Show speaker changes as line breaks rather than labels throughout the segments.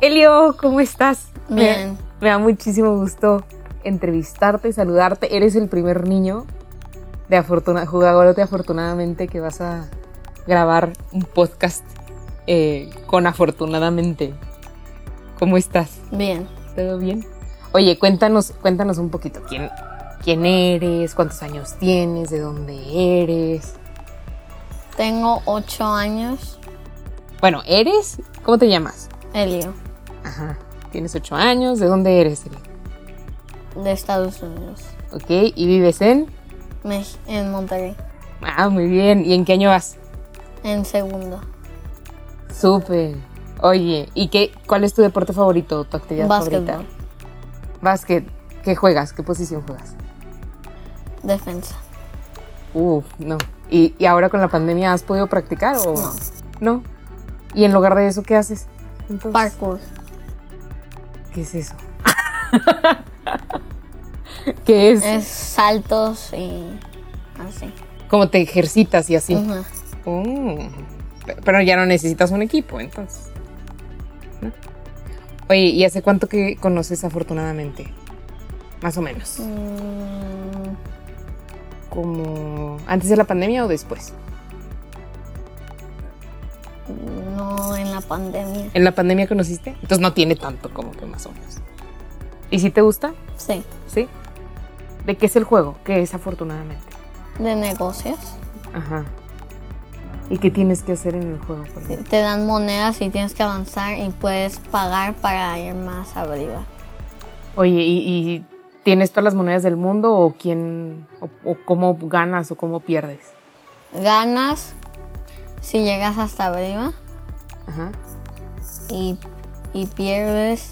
Elio, ¿cómo estás?
Bien.
Me, me da muchísimo gusto entrevistarte, saludarte. Eres el primer niño de afortuna jugadorote afortunadamente que vas a grabar un podcast eh, con afortunadamente. ¿Cómo estás?
Bien.
¿Todo bien? Oye, cuéntanos, cuéntanos un poquito quién, quién eres, cuántos años tienes, de dónde eres.
Tengo ocho años.
Bueno, ¿eres? ¿Cómo te llamas?
Elio,
Ajá. Tienes ocho años, ¿de dónde eres? Eli?
de Estados Unidos.
Ok, y vives en.
Mex- en Monterrey.
Ah, muy bien. ¿Y en qué año vas?
En segundo.
Súper. Oye, ¿y qué, cuál es tu deporte favorito, tu actividad
Básquetbol.
favorita? Básquet. ¿Qué juegas? ¿Qué posición juegas?
Defensa.
Uf, no. ¿Y, y ahora con la pandemia has podido practicar o
No.
no? ¿Y en lugar de eso qué haces? Entonces,
Parkour.
¿Qué es eso? ¿Qué es?
Es saltos y así.
Como te ejercitas y así.
Ujú.
Oh, pe- pero ya no necesitas un equipo, entonces. ¿no? Oye, ¿y hace cuánto que conoces afortunadamente? Más o menos.
Mm,
¿Como antes de la pandemia o después?
no en la pandemia.
¿En la pandemia conociste? Entonces no tiene tanto como que más o menos. ¿Y si te gusta?
Sí.
¿Sí? ¿De qué es el juego? ¿Qué es afortunadamente?
De negocios.
Ajá. ¿Y qué tienes que hacer en el juego? por ejemplo?
Te dan monedas y tienes que avanzar y puedes pagar para ir más arriba.
Oye, ¿y, y tienes todas las monedas del mundo o quién, o- o cómo ganas o cómo pierdes?
Ganas si llegas hasta arriba.
Ajá.
y, y pierdes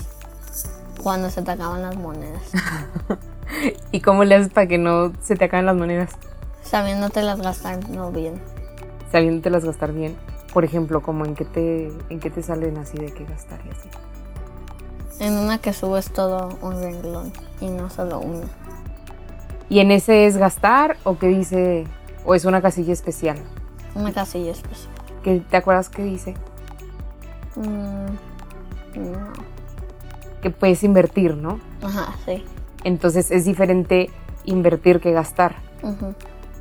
cuando se te acaban las monedas,
¿Y cómo le haces para que no se te acaben las monedas?
sabiéndote las gastar no bien.
Sabiéndotelas gastar bien. Por ejemplo, como en qué te, en qué te salen así de qué gastar y así.
En una que subes todo un renglón y no solo una.
¿Y en ese es gastar o qué dice? ¿O es una casilla especial?
Una casilla especial.
¿Qué, ¿Te acuerdas qué dice?
Mm, no.
Que puedes invertir, ¿no?
Ajá, sí.
Entonces es diferente invertir que gastar,
Ujú.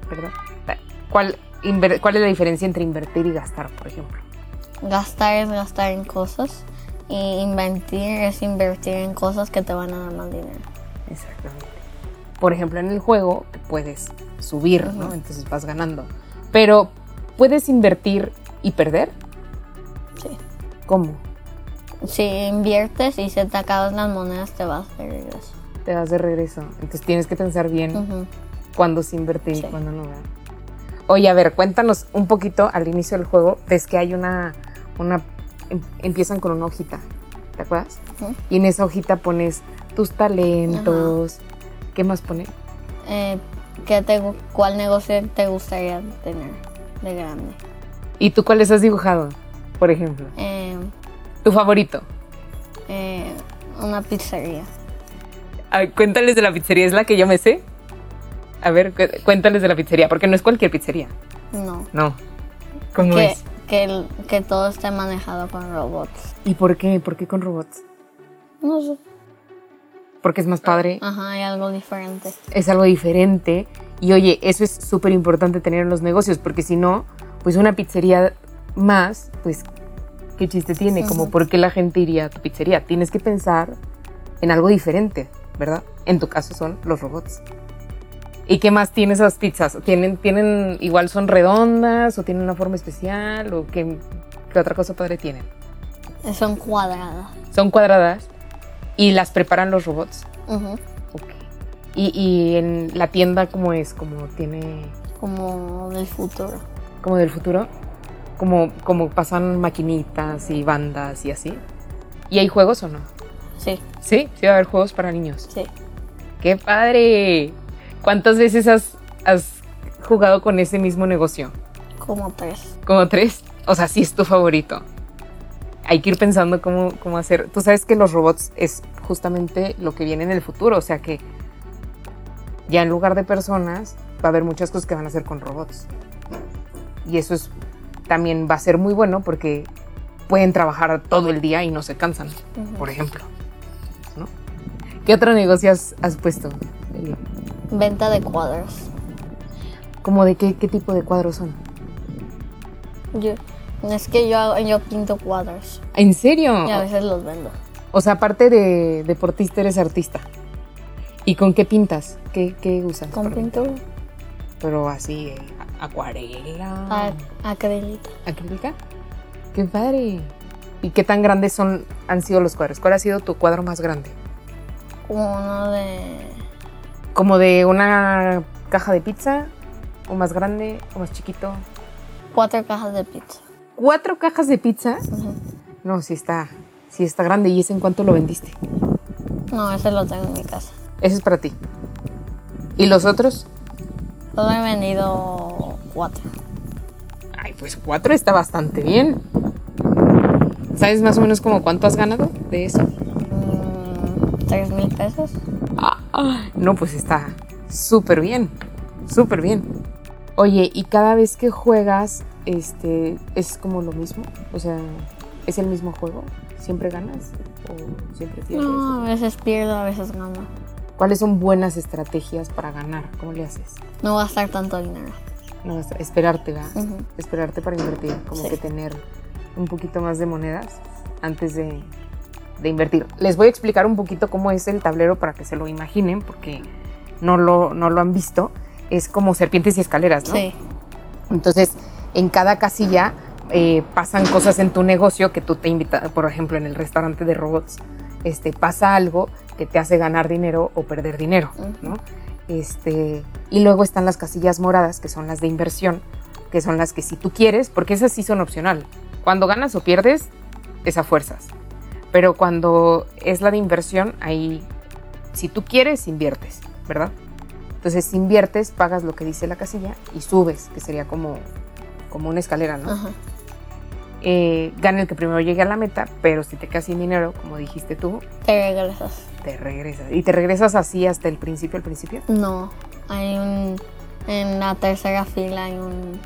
¿verdad? Ta- ¿Cuál, inver- ¿Cuál es la diferencia entre invertir y gastar, por ejemplo?
Gastar es gastar en cosas y invertir es invertir en cosas que te van a dar más dinero.
Exactamente. Por ejemplo, en el juego puedes subir, ¿no?
Ujú.
Entonces vas ganando. Pero puedes invertir y perder.
Sí.
¿Cómo?
Si inviertes y se te acaban las monedas te vas de regreso.
Te vas de regreso. Entonces tienes que pensar bien
Ujú.
cuándo sí invertir
Sí.
y cuándo no. ¿verdad? Oye, a ver, cuéntanos un poquito al inicio del juego. Ves que hay una. una em- empiezan con una hojita. ¿Te acuerdas?
Ujú.
Y en esa hojita pones tus talentos. ¿Qué más pone?
Eh, ¿qué te gu- ¿Cuál negocio te gustaría tener de grande?
¿Y tú cuáles has dibujado? Por ejemplo,
Eh,
tu favorito.
eh, una pizzería.
A ver, cuéntales de la pizzería, es la que yo me sé. A ver, cu- cuéntales de la pizzería, porque no es cualquier pizzería.
No.
No. ¿Cómo
que,
es?
que, el- que todo esté manejado con robots.
¿Y por qué? ¿Por qué con robots?
No sé.
Porque es más padre,
Ajá, hay algo diferente.
es algo diferente. Y oye, eso es súper importante tener en los negocios, porque si no, pues una pizzería más, pues, ¿qué chiste tiene? Como,
Ujú.
¿por qué la gente iría a tu pizzería? Tienes que pensar en algo diferente, ¿verdad? En tu caso son los robots. ¿Y qué más tiene esas pizzas? ¿Tienen, tienen igual son redondas o tienen una forma especial o qué, qué otra cosa padre tienen?
Eh, Son cuadradas.
Son cuadradas y las preparan los robots.
Ujú.
Ok. Y, y en la tienda cómo es, como tiene
Como del futuro.
como del futuro, como como pasan maquinitas y bandas y así. ¿Y hay juegos o no?
Sí,
Sí, sí va a haber juegos para niños.
sí.
¡Qué padre! ¿Cuántas veces has, has jugado con ese mismo negocio?
Como tres.
¿Como tres? O sea, sí es tu favorito. Hay que ir pensando cómo, cómo hacer. Tú sabes que los robots es justamente lo que viene en el futuro. O sea que ya en lugar de personas va a haber muchas cosas que van a hacer con robots. Y eso es, también va a ser muy bueno porque pueden trabajar todo el día y no se cansan, por ejemplo. ¿no? ¿Qué otro negocio has, has puesto?
Venta de cuadros.
¿Como de qué, qué tipo de cuadros son?
Yo, es que yo, hago- yo pinto cuadros
¿En serio?
y a veces los vendo.
O sea, aparte de deportista, eres artista. ¿Y con qué pintas? ¿Qué, qué usas?
Con
Perdón.
pintura
Pero así, eh, a- acuarela.
a- acrílica.
¿Acrílica? ¡Qué padre! ¿Y qué tan grandes son, han sido los cuadros? ¿Cuál ha sido tu cuadro más grande?
Uno de.
¿Como de una caja de pizza? ¿O más grande? ¿O más chiquito?
Cuatro cajas de pizza.
¿Cuatro cajas de pizza?
Ujú.
No, sí está, sí está grande. ¿Y ese en cuánto lo vendiste?
No, ese lo tengo en mi casa.
Ese es para ti. ¿Y los otros?
Solo he vendido cuatro.
Ay, pues cuatro está bastante bien. ¿Sabes más o menos como cuánto has ganado de eso?
Mm, Tres mil pesos.
Ah, ah, no, pues está súper bien, súper bien. Oye, ¿y cada vez que juegas, este, es como lo mismo? O sea, ¿es el mismo juego? ¿Siempre ganas o siempre pierdes?
No, a veces pierdo, a veces gano.
¿Cuáles son buenas estrategias para ganar? ¿Cómo le haces?
No gastar tanto dinero.
No, es- esperarte, ¿verdad?
Ujú.
Esperarte para invertir, como
Sí.
que tener un poquito más de monedas antes de, de invertir. Les voy a explicar un poquito cómo es el tablero para que se lo imaginen, porque no lo, no lo han visto. Es como serpientes y escaleras, ¿no?
Sí.
Entonces, en cada casilla eh, pasan cosas en tu negocio que tú te invitas, por ejemplo, en el restaurante de robots, este, pasa algo que te hace ganar dinero o perder dinero, ¿no? Este, y luego están las casillas moradas, que son las de inversión, que son las que si tú quieres, porque esas sí son opcional. Cuando ganas o pierdes, es a fuerzas. Pero cuando es la de inversión, ahí, si tú quieres, inviertes, ¿verdad? Entonces inviertes, pagas lo que dice la casilla y subes, que sería como, como una escalera, ¿no?
Ajá.
Eh, gana el que primero llegue a la meta, pero si te quedas sin dinero, como dijiste tú,
Te regresas.
te regresas. Y te regresas así hasta el principio, al principio.
No. Hay un. En la tercera fila hay un.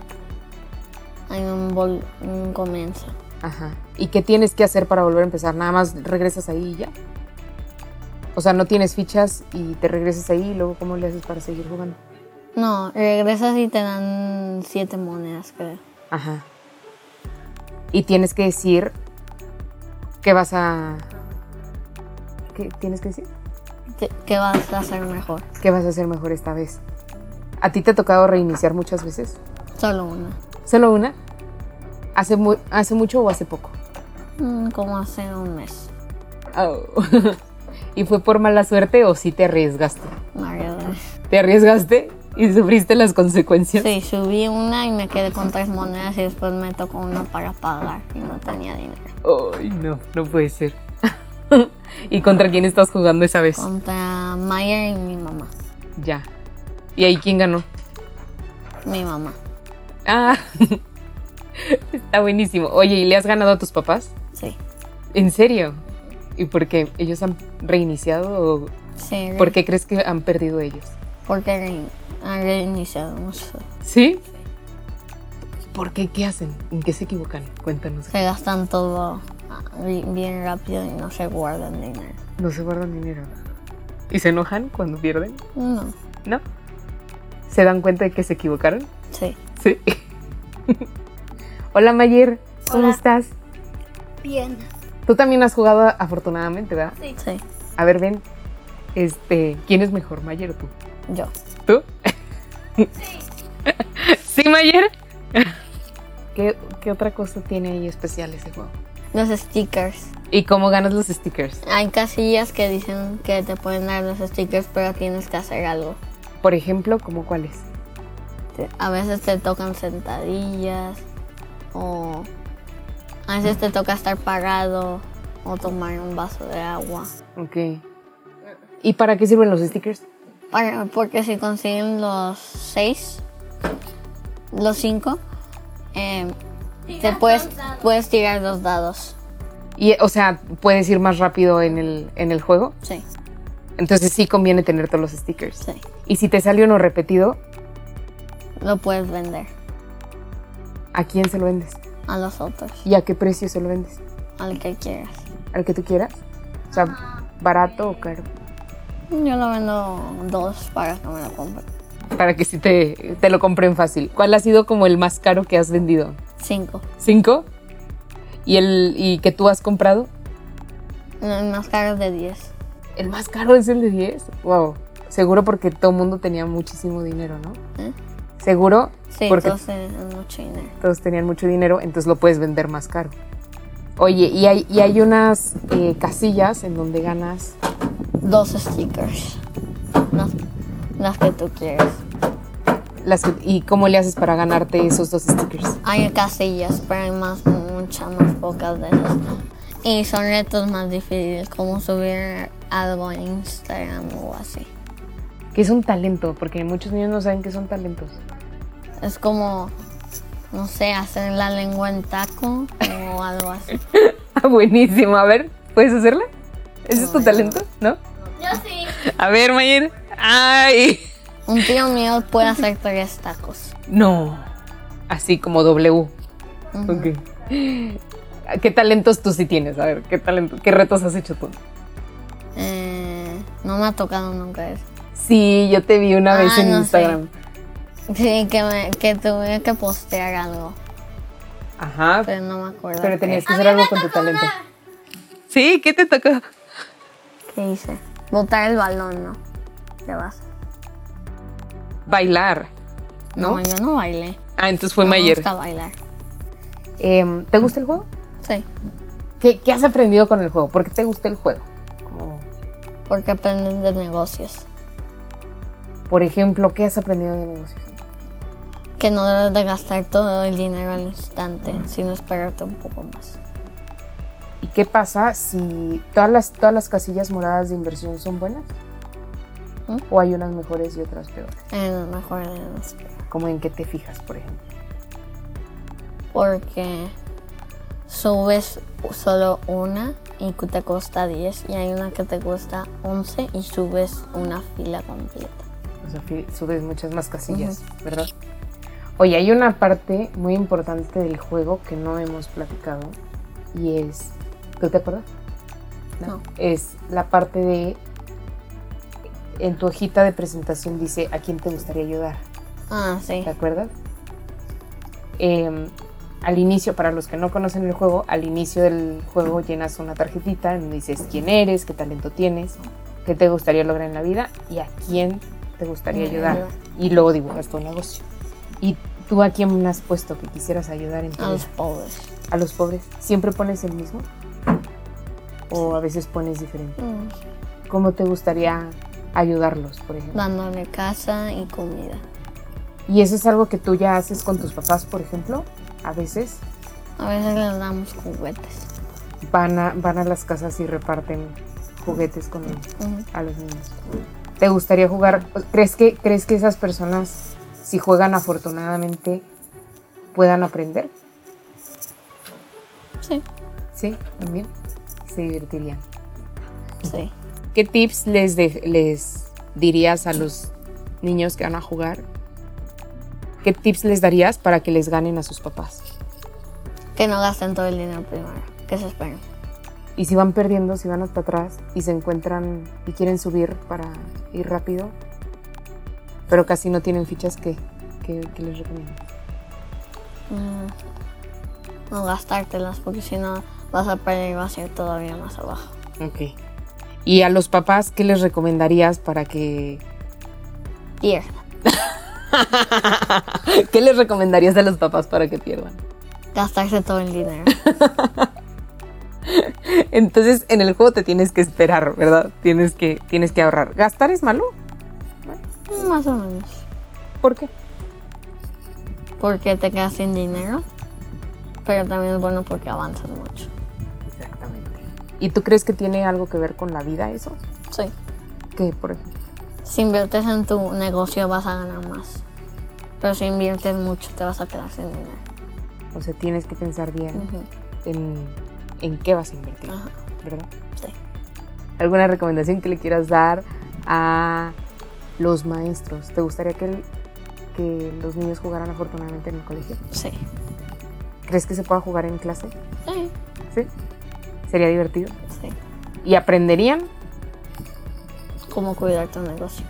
Hay un, vol- un comienzo.
Ajá. ¿Y qué tienes que hacer para volver a empezar? Nada más regresas ahí y ya. O sea, no tienes fichas y te regresas ahí y luego cómo le haces para seguir jugando.
No, regresas y te dan siete monedas, creo.
Ajá. Y tienes que decir que vas a... ¿Qué tienes que decir?
¿Qué- ¿Qué vas a hacer mejor?
¿Qué vas a hacer mejor esta vez? ¿A ti te ha tocado reiniciar muchas veces?
Solo una.
¿Solo una? ¿Hace, mu- hace mucho o hace poco?
Mm, Como hace un mes.
¿Y fue por mala suerte o sí te arriesgaste?
Mario.
¿Te arriesgaste y sufriste las consecuencias?
Sí, subí una y me quedé con tres monedas y después me tocó una para pagar y no tenía dinero.
Ay, no, no puede ser. ¿Y contra quién estás jugando esa vez?
Contra Mayer y mi mamá.
Ya. ¿Y ahí quién ganó?
Mi mamá.
Ah, está buenísimo. Oye, ¿y le has ganado a tus papás?
Sí.
¿En serio? ¿Y por qué? ¿Ellos han reiniciado o
Sí.
por qué crees que han perdido ellos?
Porque rein- ha reiniciado mucho.
¿Sí? ¿Por qué? ¿Qué hacen? ¿En qué se equivocan? Cuéntanos.
Se gastan todo ah, bi- bien rápido y no se guardan dinero.
No se guardan dinero. ¿Y se enojan cuando pierden?
No.
¿No? ¿Se dan cuenta de que se equivocaron?
Sí.
Sí. Hola Mayer, ¿cómo
Hola.
estás?
Bien.
Tú también has jugado afortunadamente, ¿verdad?
Sí.
Sí.
A ver, ven. Este, ¿quién es mejor, Mayer o tú?
Yo.
¿Tú? Sí. ¿Sí, Mayer? ¿Qué, ¿Qué otra cosa tiene ahí especial ese juego?
Los stickers.
¿Y cómo ganas los stickers?
Hay casillas que dicen que te pueden dar los stickers, pero tienes que hacer algo.
Por ejemplo, ¿cómo cuáles?
Te- Este, A veces te tocan sentadillas o a veces te toca estar parado o tomar un vaso de agua.
Ok. ¿Y para qué sirven los stickers?
Para- porque si consiguen los seis, los cinco, eh, te puedes, puedes tirar dos dados.
Y, o sea, puedes ir más rápido en el, en el juego.
Sí,
Entonces sí conviene tener todos los stickers.
sí.
Y si te sale uno repetido,
Lo puedes vender
¿a quién se lo vendes?
a los otros,
¿Y a qué precio se lo vendes?
al que quieras.
¿Al que tú quieras? O sea, barato o caro.
Yo lo vendo dos para que me lo compren.
Para que sí te, te lo compren fácil. ¿Cuál ha sido como el más caro que has vendido?
Cinco.
¿Cinco? ¿Y el y que tú has comprado?
El más caro es de diez.
¿El más caro es el de 10? Wow. Seguro porque todo el mundo tenía muchísimo dinero, ¿no?
¿Eh?
Seguro
Sí,
porque
entonces es mucho dinero.
todos tenían mucho dinero, entonces lo puedes vender más caro. Oye, y hay, y hay unas eh, casillas en donde ganas
Dos stickers. Las, las que tú quieras.
las que- ¿Y cómo le haces para ganarte esos dos stickers?
Hay casillas, pero hay más, muchas más pocas de esas. Y son retos más difíciles, como subir algo en Instagram o así.
Que es un talento, porque muchos niños no saben que son talentos.
Es como, no sé, hacer la lengua en taco o algo así.
Ah, buenísimo. A ver, ¿puedes hacerla? ¿Ese es tu talento? ¿No?
Yo sí.
A ver, Mayer. ¡Ay!
Un tío mío puede hacer tres tacos.
No. Así como W.
Ujú.
Ok. ¿Qué talentos tú sí tienes? A ver, ¿qué, talento, qué retos has hecho tú?
Eh, no me ha tocado nunca eso.
Sí, yo te vi una vez
Ah,
en
no sé.
Instagram.
Sí, que, me- que tuve que postear algo,
Ajá,
pero no me acuerdo.
pero
qué-
tenías que hacer algo con tu talento. Sí, ¿qué te tocó?
¿Qué hice? Botar el balón, ¿no? Te vas.
Bailar.
No,
¿No?
yo no bailé.
Ah, entonces fue
no me
Mayer.
gusta bailar.
Em, ¿Te gusta el juego?
Sí,
¿Qué, qué has aprendido con el juego? ¿Por qué te gusta el juego? Como,
porque aprendes de negocios.
por ejemplo, ¿qué has aprendido de negocios?
Que no debes de gastar todo el dinero al instante, sino esperarte un poco más.
¿Y qué pasa si todas las, todas las casillas moradas de inversión son buenas?
¿Mm?
¿O hay unas mejores y otras peores?
Es lo mejor de los
¿Cómo en qué te fijas, por ejemplo?
Porque subes solo una y cu- te cuesta 10 y hay una que te cuesta 11 y subes una fila completa.
O sea, fi- subes muchas más casillas, ¿verdad? Oye, hay una parte muy importante del juego que no hemos platicado y es, ¿tú te acuerdas?
No.
Es la parte de, en tu hojita de presentación dice, ¿a quién te gustaría ayudar?
Ah, sí.
¿Te acuerdas? Em, al inicio, para los que no conocen el juego, al inicio del juego llenas una tarjetita en donde dices quién eres, qué talento tienes, qué te gustaría lograr en la vida y a quién te gustaría
Me
ayudar.
ayuda.
Y luego dibujas tu negocio. ¿Y tú a quién has puesto que quisieras ayudar en tu
A los
vida?
pobres.
A los pobres. ¿Siempre pones el mismo? ¿O a veces pones diferente?
Mm,
¿Cómo te gustaría ayudarlos, por ejemplo?
Dándole casa y comida.
¿Y eso es algo que tú ya haces con tus papás, por ejemplo? A veces.
A veces les damos juguetes.
van a, van a las casas y reparten juguetes con,
Ujú.
a los niños. ¿Te gustaría jugar? ¿Crees que, ¿Crees que esas personas, si juegan afortunadamente, puedan aprender?
Sí,
Sí, también. Se divertirían.
sí.
¿Qué tips les, de- les dirías a los niños que van a jugar? ¿Qué tips les darías para que les ganen a sus papás?
Que no gasten todo el dinero primero. Que se esperen.
Y si van perdiendo, si van hasta atrás y se encuentran y quieren subir para ir rápido, pero casi no tienen fichas, ¿qué, qué, qué les recomiendo?
Mm, No gastártelas porque si no vas a perder y vas a ir todavía más abajo.
Ok. ¿Y a los papás qué les recomendarías para que...
Pierda.
¿Qué les recomendarías a los papás para que pierdan?
Gastarse todo el dinero.
Entonces en el juego te tienes que esperar, ¿verdad? Tienes que, tienes que ahorrar. ¿Gastar es malo?
más o menos.
¿Por qué?
Porque te quedas sin dinero. Pero también es bueno porque avanzas mucho.
Exactamente. ¿Y tú crees que tiene algo que ver con la vida eso?
Sí.
¿Qué, por ejemplo?
Si inviertes en tu negocio vas a ganar más. Pero si inviertes mucho te vas a quedar sin dinero.
O sea, tienes que pensar bien
Ujú.
en, en qué vas a invertir,
Ajá.
¿verdad?
Sí.
¿Alguna recomendación que le quieras dar a los maestros? ¿Te gustaría que, el- que los niños jugaran afortunadamente en el colegio?
Sí.
¿Crees que se pueda jugar en clase?
Sí,
Sí. Sería divertido.
sí.
¿Y aprenderían?
Cómo cuidar tu negocio.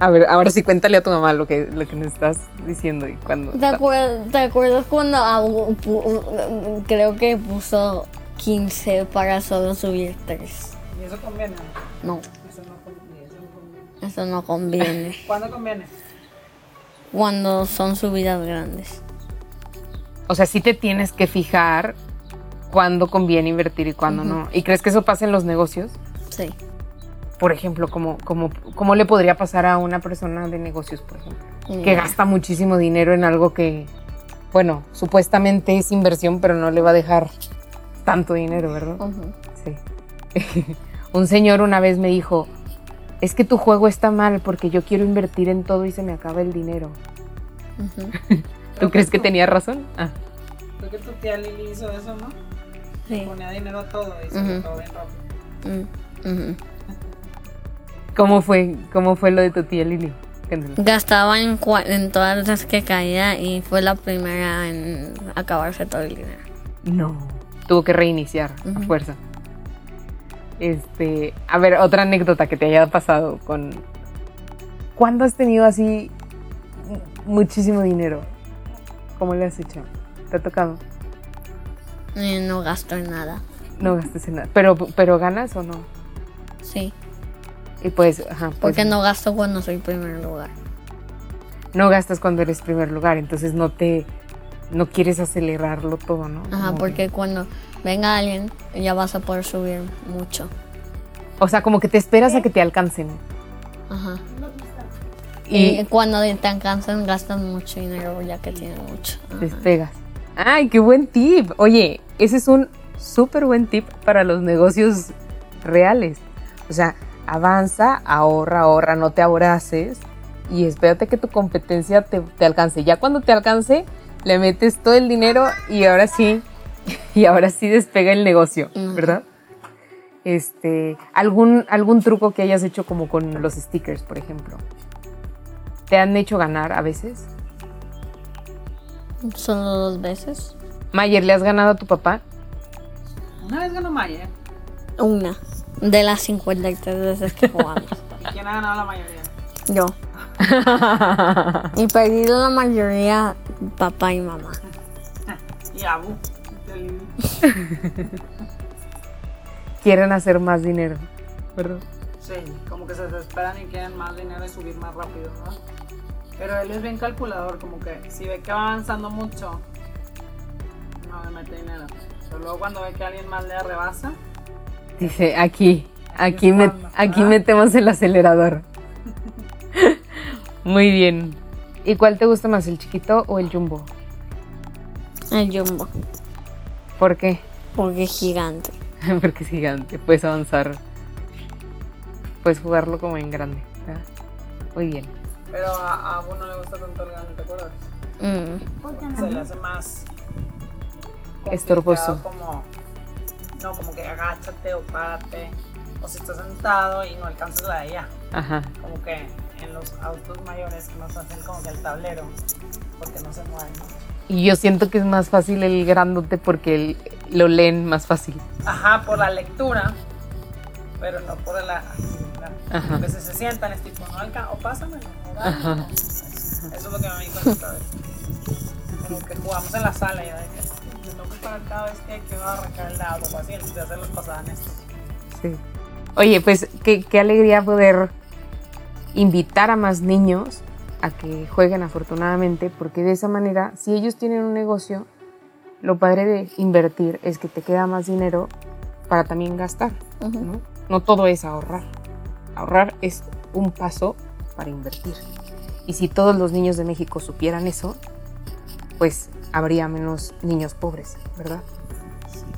A ver, ahora sí cuéntale a tu mamá lo que, lo que nos estás diciendo y cuando...
¿Te, acuer- te acuerdas cuando Abu pu- creo que puso 15 para solo subir 3?
¿Y eso conviene?
No,
Eso no conviene. Eso no conviene.
eso no conviene.
¿Cuándo conviene?
cuando son subidas grandes.
O sea, sí te tienes que fijar cuándo conviene invertir y cuándo no. ¿Y crees que eso pasa en los negocios?
Sí.
Por ejemplo, ¿cómo, cómo, cómo le podría pasar a una persona de negocios, por ejemplo? Que
Mm.
gasta muchísimo dinero en algo que, bueno, supuestamente es inversión, pero no le va a dejar tanto dinero, ¿verdad?
Ujú.
Sí. Un señor una vez me dijo, es que tu juego está mal porque yo quiero invertir en todo y se me acaba el dinero.
Ujú.
¿Tú crees que tenía razón? Ah.
Creo que tu tía Lili hizo eso, ¿no?
Sí.
Ponía dinero a todo y se
Ujú.
lo acabó bien rápido.
Mm, ujú.
¿Cómo fue, ¿Cómo fue lo de tu tía Lili? Cuéntanos.
Gastaba en, cua- en todas las que caía y fue la primera en acabarse todo el dinero.
No. Tuvo que reiniciar a
Ujú.
fuerza. Este, a ver, otra anécdota que te haya pasado con... ¿Cuándo has tenido así mu- muchísimo dinero? ¿Cómo le has hecho? ¿Te ha tocado?
Y no gastó en nada.
No gastes en nada. ¿Pero, pero ganas o no?
Sí.
Y pues, ajá. Pues,
Porque no gasto cuando soy primer lugar.
no gastas cuando eres primer lugar, entonces no te... No quieres acelerarlo todo, ¿no?
Ajá,
Como-
porque cuando venga alguien ya vas a poder subir mucho.
O sea, como que te esperas a que te alcancen.
Ajá.
Y,
Y, cuando te alcanzan gastan mucho dinero ya que tienen mucho. Ajá.
despegas. ¡Ay, qué buen tip! Oye, ese es un súper buen tip para los negocios reales. O sea, avanza, ahorra, ahorra, no te aboraces y espérate que tu competencia te, te alcance. Ya cuando te alcance, le metes todo el dinero y ahora sí, y ahora sí despega el negocio,
Ujú.
¿verdad? Este, algún, algún truco que hayas hecho como con los stickers, por ejemplo. ¿Te han hecho ganar a veces?
Solo dos veces.
Mayer, ¿le has ganado a tu papá?
Una vez ganó Maya. ¿eh?
Una. De las 53 veces que jugamos.
¿Y quién ha ganado la mayoría?
Yo. Y perdí la mayoría papá y mamá.
Y Abu. tía Lili.
Quieren hacer más dinero, ¿verdad?
Sí, como que se desesperan y quieren más dinero y subir más rápido, ¿no? Pero él es bien calculador, como que si ve que va avanzando mucho, no le mete dinero. Pero luego cuando ve que alguien más le arrebasa,
Dice, aquí, aquí, me, aquí metemos el acelerador. Muy bien. ¿Y cuál te gusta más, el chiquito o el jumbo?
El jumbo.
¿Por qué?
Porque es gigante.
Porque es gigante, puedes avanzar, puedes jugarlo como en grande. ¿verdad? Muy bien.
pero a a Abu no le gusta tanto el grande, ¿te acuerdas?
Mm.
Se le hace más complicado,
Estorboso.
Como, no, como que agáchate o párate. O si estás sentado y no alcanzas la de allá.
Ajá.
Como que en los autos mayores nos hacen como que el tablero, porque no se mueven mucho.
Y yo siento que es más fácil el grandote porque el- lo leen más fácil.
Ajá, por la lectura, pero no por la agilidad.
Ajá.
Porque si se sientan es tipo, no alcanza, o pásamelo, o dame,
Ajá.
o- Eso es lo que me di cuenta esta vez. Como que jugamos en la sala y ya de que me toca para cada vez que, que va a arrancar el dado o así, entonces ya se los pasaban estos.
Sí. Oye, pues qué, qué alegría poder invitar a más niños a que jueguen afortunadamente, porque de esa manera, si ellos tienen un negocio, lo padre de invertir es que te queda más dinero para también gastar,
Ujú.
¿no? No todo es ahorrar. Ahorrar es un paso para invertir. Y si todos los niños de México supieran eso, pues habría menos niños pobres, ¿verdad?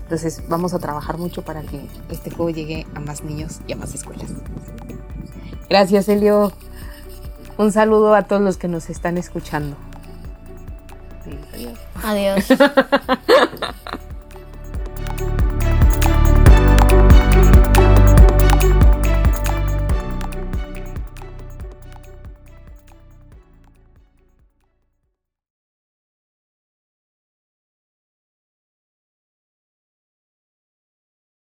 Entonces vamos a trabajar mucho para que este juego llegue a más niños y a más escuelas. Gracias, Elio. Un saludo a todos los que nos están escuchando. Sí, adiós.
Adiós.